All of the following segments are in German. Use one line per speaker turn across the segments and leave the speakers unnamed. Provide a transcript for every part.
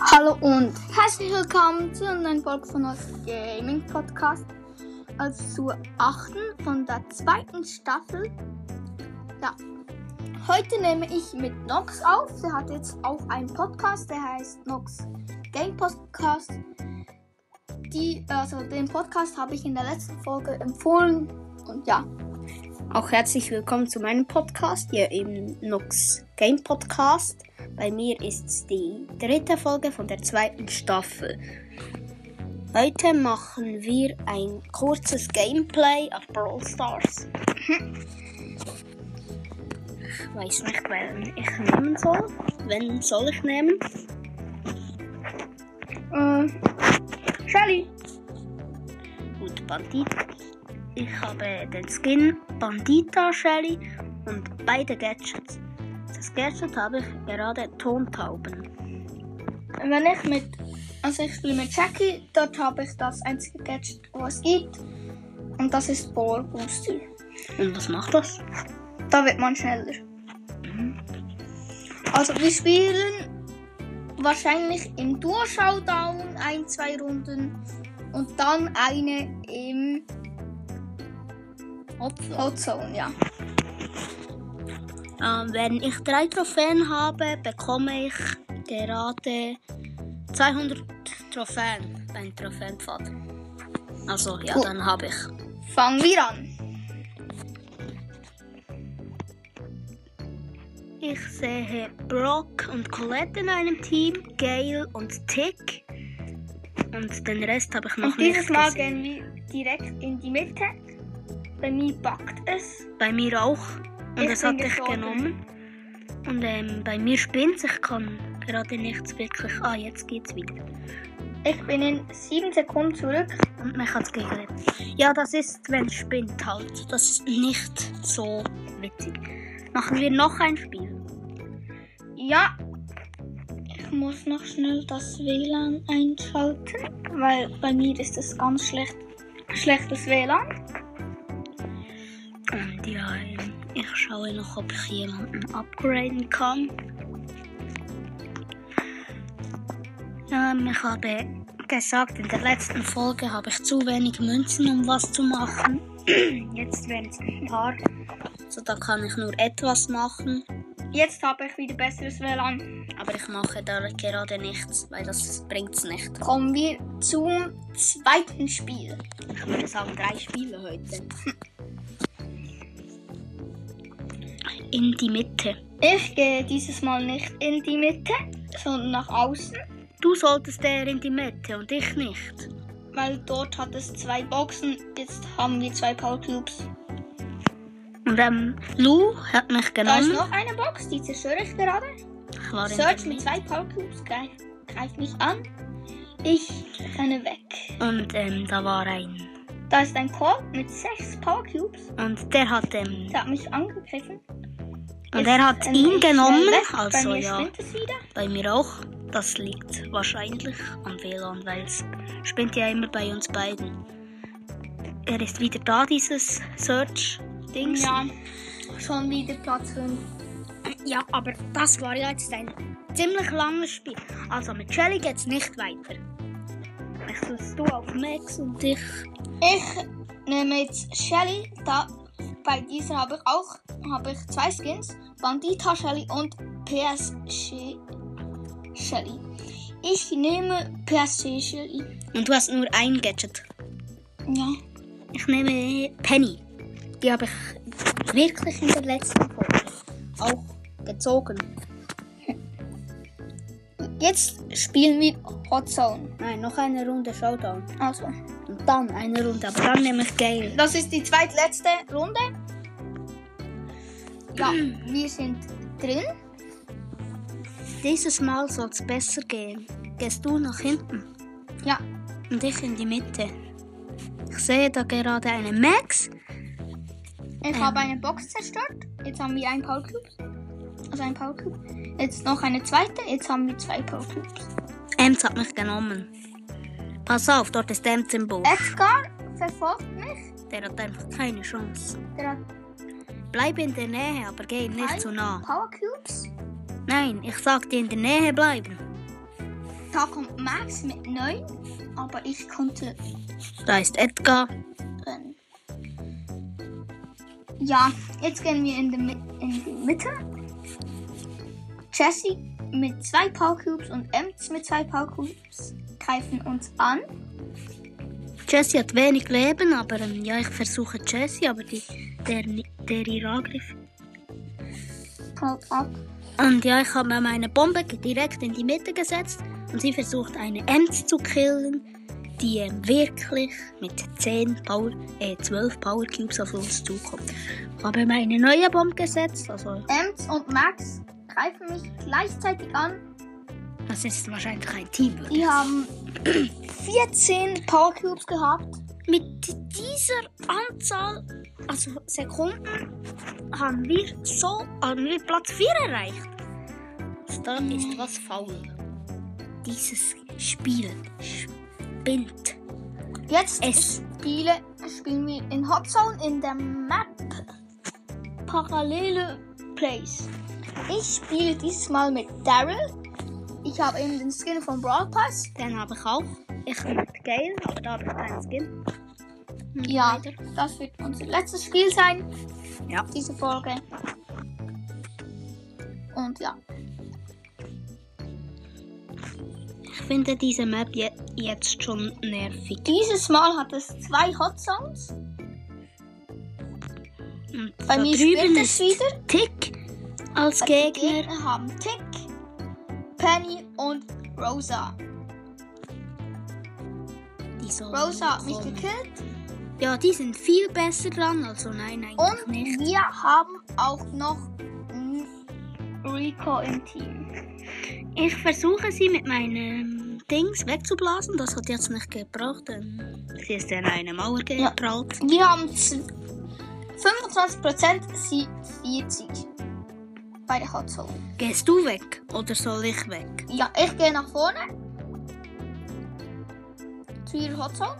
Hallo und herzlich willkommen zu einer neuen Folge von unserem Gaming Podcast. Also zur achten von der zweiten Staffel. Ja. Heute nehme ich mit Nox auf. Der hat jetzt auch einen Podcast, der heißt Nox Game Podcast. Die, also den Podcast habe ich in der letzten Folge empfohlen. Und ja,
Auch herzlich willkommen zu meinem Podcast, hier im Nox Game Podcast. Bei mir ist es die dritte Folge von der zweiten Staffel. Heute machen wir ein kurzes Gameplay auf Brawl Stars. Ich weiß nicht, welchen ich nehmen soll. Wen soll ich nehmen?
äh, Shelly.
Gut, Bandit. Ich habe den Skin Bandita Shelly und beide Gadgets. Das Gadget habe ich gerade Tontauben.
Wenn ich mit, also ich spiele mit Jackie, dort habe ich das einzige Gadget, was es gibt. Und das ist Ball Booster.
Und was macht das?
Da wird man schneller. Also wir spielen wahrscheinlich im Duo Showdown ein, zwei Runden und dann eine im Hot Zone, ja.
Ähm, wenn ich drei Trophäen habe, bekomme ich gerade 200 Trophäen beim Trophäenpfad. Also, ja,
Cool.
dann habe ich.
Fangen wir an.
Ich sehe Brock und Colette in einem Team, Gail und Tick. Und den Rest habe ich noch
Und
nicht
dieses Mal
gesehen.
gehen wir direkt in die Mitte. Bei mir backt es.
Bei mir auch. Und
Ich
das
bin
hatte ich
gestorben.
genommen. Und ähm, bei mir spinnt Ich kann gerade nichts wirklich. Ah, jetzt geht's wieder.
Ich bin in sieben Sekunden zurück.
Und man kann es gegenreden. Ja, das ist, wenn es spinnt halt. Das ist nicht so witzig. Machen wir noch ein Spiel.
Ja. Ich muss noch schnell das WLAN einschalten, weil bei mir ist das ganz schlecht. Schlechtes WLAN.
Und ja, ähm, ich schaue noch, ob ich jemanden upgraden kann. Ähm, ich habe gesagt, in der letzten Folge habe ich zu wenig Münzen, um was zu machen. Jetzt werden es ein paar. So, da kann ich nur etwas machen.
Jetzt habe ich wieder besseres WLAN.
Aber ich mache da gerade nichts, weil das bringt's nicht.
Kommen wir zum zweiten Spiel.
Ich würde sagen, drei Spiele heute. In die Mitte.
Ich gehe dieses Mal nicht in die Mitte, sondern nach außen,
Du solltest eher in die Mitte und ich nicht.
weil dort hat es zwei Boxen. Jetzt haben wir zwei Power Cubes.
Und ähm, Lou hat mich
Da ist
genommen.
noch eine Box, die zerstöre ich gerade.
Genau. Ich war in der
Search mit
Mitte.
zwei Power Cubes greift greif mich an. Ich renne weg.
Und ähm, da war ein.
Da ist ein Korb mit sechs Power Cubes.
Und der hat ähm,
Der hat mich angegriffen.
und er hat ihn genommen. Also
Bei mir
ja,
spinnt es wieder.
bei mir auch. Das liegt wahrscheinlich am WLAN, weil es spinnt ja immer bei uns beiden. Er ist wieder da, dieses Search-Dings.
Ja, schon wieder Platz 5.
Ja, aber das war ja jetzt ein ziemlich langes Spiel. Also mit Shelly geht's nicht weiter. Wechselst du auf Max und ich.
Ich nehme jetzt Shelly. Da, bei dieser habe ich auch habe ich zwei Skins. Bandita Shelly und PSG Shelly. Ich nehme PSG Shelly.
Und du hast nur ein Gadget.
Ja.
Ich nehme Penny. Die habe ich wirklich in der letzten Folge auch gezogen.
Jetzt spielen wir Hot Zone.
Nein, noch eine Runde Showdown.
Also,
Und dann eine Runde, aber dann nehme ich Gale.
das ist die zweitletzte Runde. Ja, wir sind drin.
Dieses Mal soll es besser gehen. Gehst du nach hinten
Ja,
und ich in die Mitte. Ich sehe da gerade eine Max.
ich habe
Ähm.
eine Box zerstört. Jetzt haben wir einen Power Cube. Also einen Power Cube. Jetzt noch eine zweite. Jetzt haben wir zwei Power Cubes.
Ems hat mich genommen. Pass auf, dort ist Ems im Buch.
Edgar verfolgt mich.
Der hat einfach keine Chance.
Der hat
Bleib in der Nähe, aber geh ihm nicht
drei
zu nah.
Power Cubes.
Nein, ich sag dir in der Nähe bleiben.
Da kommt Max mit 9, aber ich konnte
Da ist Edgar.
drin. Ja, jetzt gehen wir in die, Mi- in die Mitte. Jesse mit zwei Power Cubes und Ems mit zwei Power Cubes greifen uns an.
Jesse hat wenig Leben, aber ähm, ja, ich versuche Jesse, aber die, der, der ihr angriff.
Kommt ab.
Und ja, ich habe mir meine Bombe direkt in die Mitte gesetzt und sie versucht eine Ems zu killen, die ähm, wirklich mit 10 Power, äh, 12 Power Cubes auf uns zukommt. Ich habe meine neue Bombe gesetzt, also
Ems und Max greifen mich gleichzeitig an.
das ist wahrscheinlich ein Team. würde ich
Die haben 14 Power Cubes gehabt.
Mit dieser Anzahl also Sekunden haben wir so haben wir Platz 4 erreicht. Da ist was faul. Dieses Spiel spinnt.
Jetzt
Es.
Spiele spielen wir in Hot Zone in der Map Parallele Plays. Ich spiele diesmal mit Daryl. Ich habe eben den Skin von Brawl Pass.
Den habe ich auch. Ich finde es geil, aber da habe ich keinen Skin.
Ja,
Leider.
das wird unser letztes Spiel sein,
Ja.
diese Folge. Und ja,
Ich finde diese Map je jetzt schon nervig.
dieses Mal hat es zwei Hot Zones.
Und
Bei
da
mir
drüben
spielt es
ist
wieder.
Tick als
Die
Gegner.
Gegner haben Tick, Penny und Rosa.
Die sollen
Rosa hat mich
kommen.
gekillt.
Ja, die sind viel besser dran, also nein, eigentlich
Und
nicht.
wir haben auch noch mm, Rico im Team.
Ich versuche sie mit meinem Dings wegzublasen, das hat jetzt nicht gebracht. denn Sie ist in eine Mauer geprallt.
Wir haben z- 25% sie 40 bei der Hot Zone.
Gehst du weg oder soll ich weg?
Ja, ich gehe nach vorne zu ihrer Hot Zone.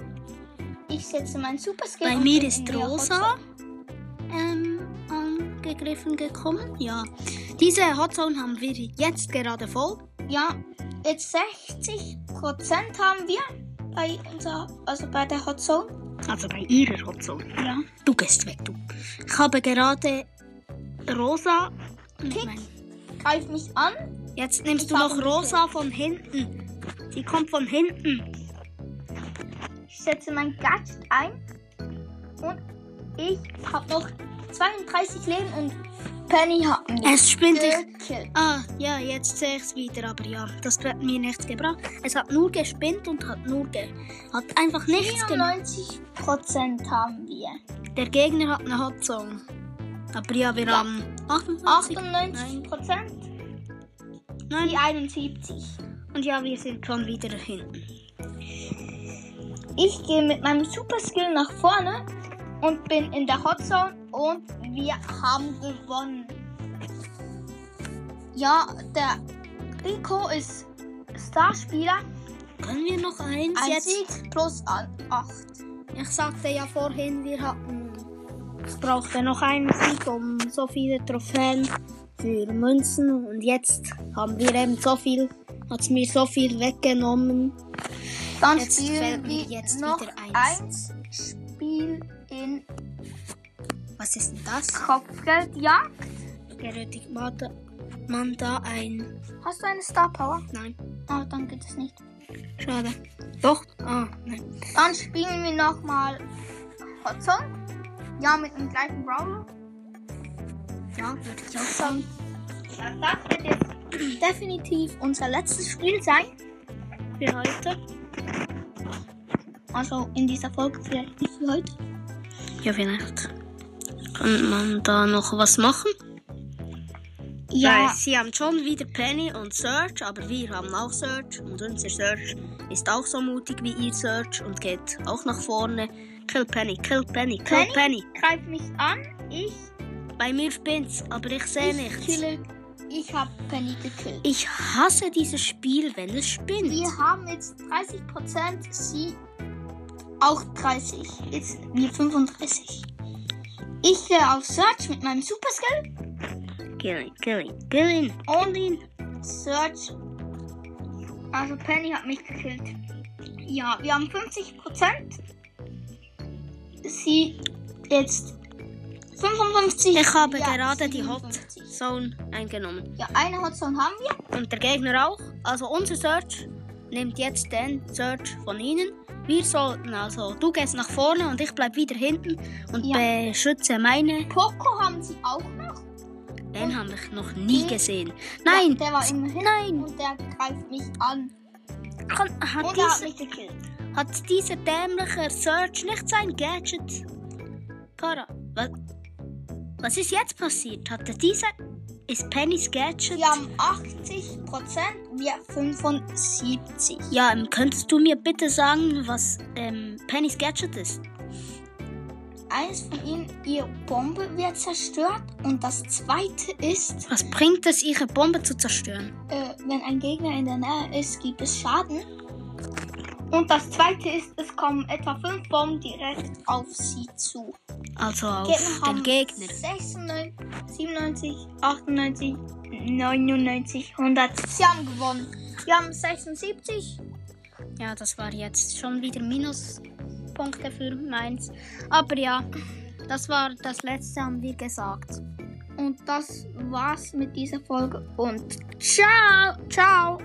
Ich setze meinen Super Skill.
Bei
und
mir
bin in
ist
ihre Hot
Rosa ähm, angegriffen gekommen. Ja, diese Hotzone haben wir jetzt gerade voll.
Zone. Ja, jetzt 60% haben wir bei unserer, also bei der Hot Zone.
Also bei ihrer Hotzone.
Ja.
Du gehst weg, du. Ich habe gerade Rosa. mit
Tick.
meinem-
Greif mich an.
Jetzt nimmst du
Ich hab
noch
ihn
Rosa von hinten. Sie kommt von hinten.
Ich setze mein Gadget ein und ich habe noch 32 Leben und Penny hat mich
Es spinnt dich.
gekillt.
Ah, ja, jetzt sehe ich es wieder, aber ja, das hat mir nichts gebracht. Es hat nur gespinnt und hat nur ge hat einfach nichts gemacht.
94% haben wir.
Der Gegner hat eine Hotzone. Aber ja, wir haben 98,
98%? Die
nein,
71.
und ja, wir sind schon wieder hinten.
Ich gehe mit meinem Super Skill nach vorne und bin in der Hot Zone und wir haben gewonnen. Ja, der Rico ist Starspieler.
Können wir noch eins
Ein
jetzt?
Sieg plus 8.
Also, Ich sagte ja vorhin, wir hatten. Ich brauchte noch einen Sieg, um so viele Trophäen für Münzen. Und jetzt haben wir eben so viel, hat mir so viel weggenommen.
Dann
Jetzt fällt
spielen
mir
wir
jetzt
noch
wieder eins.
eins. Spiel in
Was ist denn das?
Kopfgeldjagd.
Gerötig man da ein.
Hast du eine Star Power?
Nein,
Oh, dann geht es nicht.
schade. Doch, ah, nein.
Dann spielen wir nochmal Hot Zone. Ja, mit dem gleichen Brawler.
Ja, würde ich auch
Dann- Ja, das wird jetzt definitiv unser letztes Spiel sein.
für heute.
Also in dieser Folge vielleicht nicht für heute.
Ja, vielleicht. Kann man da noch was machen? Ja. Weil sie haben schon wieder Penny und Search, aber wir haben auch Search und unser Search ist auch so mutig wie ihr Search und geht auch nach vorne. Kill Penny, kill Penny, kill Penny.
greif mich an. Ich
Bei mir spinnt's, aber ich sehe
ich
nichts.
kille. Ich habe Penny gekillt.
Ich hasse dieses Spiel, wenn es spinnt.
Wir haben jetzt 30 Prozent, sie auch 30. Jetzt wir 35. Ich gehe auf Search mit meinem Super Skill.
Kill ihn, kill ihn, kill ihn.
Und Search Also Penny hat mich gekillt. Ja, wir haben 50%. Sie jetzt 55.
Ich habe
ja,
gerade die Hot
57.
Zone eingenommen.
Ja, eine Hotzone haben wir.
Und der Gegner auch. Also unser Search nimmt jetzt den Search von ihnen. Wir sollten also, du gehst nach vorne und ich bleib wieder hinten und beschütze meine.
Poco haben sie auch noch.
Den haben wir noch nie
Mhm.
gesehen. Nein,
Ja, der war immer hin
nein.
und der greift mich an.
Kann, hat,
Und er hat
dieser,
mich gekillt.
hat dieser dämliche Search nicht sein Gadget? Kara, was, was ist jetzt passiert? Hatte dieser. Ist Pennys Gadget?
Wir haben 80%, wir 75.
Ja, ähm, könntest du mir bitte sagen, was ähm, Pennys Gadget ist?
Eins von ihnen, ihre Bombe wird zerstört und das zweite ist,
Was bringt es, ihre Bombe zu zerstören?
äh, wenn ein Gegner in der Nähe ist, gibt es Schaden. Und das zweite ist, es kommen etwa fünf Bomben direkt auf sie zu.
Also auf
Gegner
den
haben
Gegner.
96, 97, 98, 99, 100. Sie haben gewonnen. Wir haben 76.
Ja, das war jetzt schon wieder Minuspunkte für meins. Aber ja, das war das letzte, haben wir gesagt.
Und das war's mit dieser Folge. Und ciao, ciao.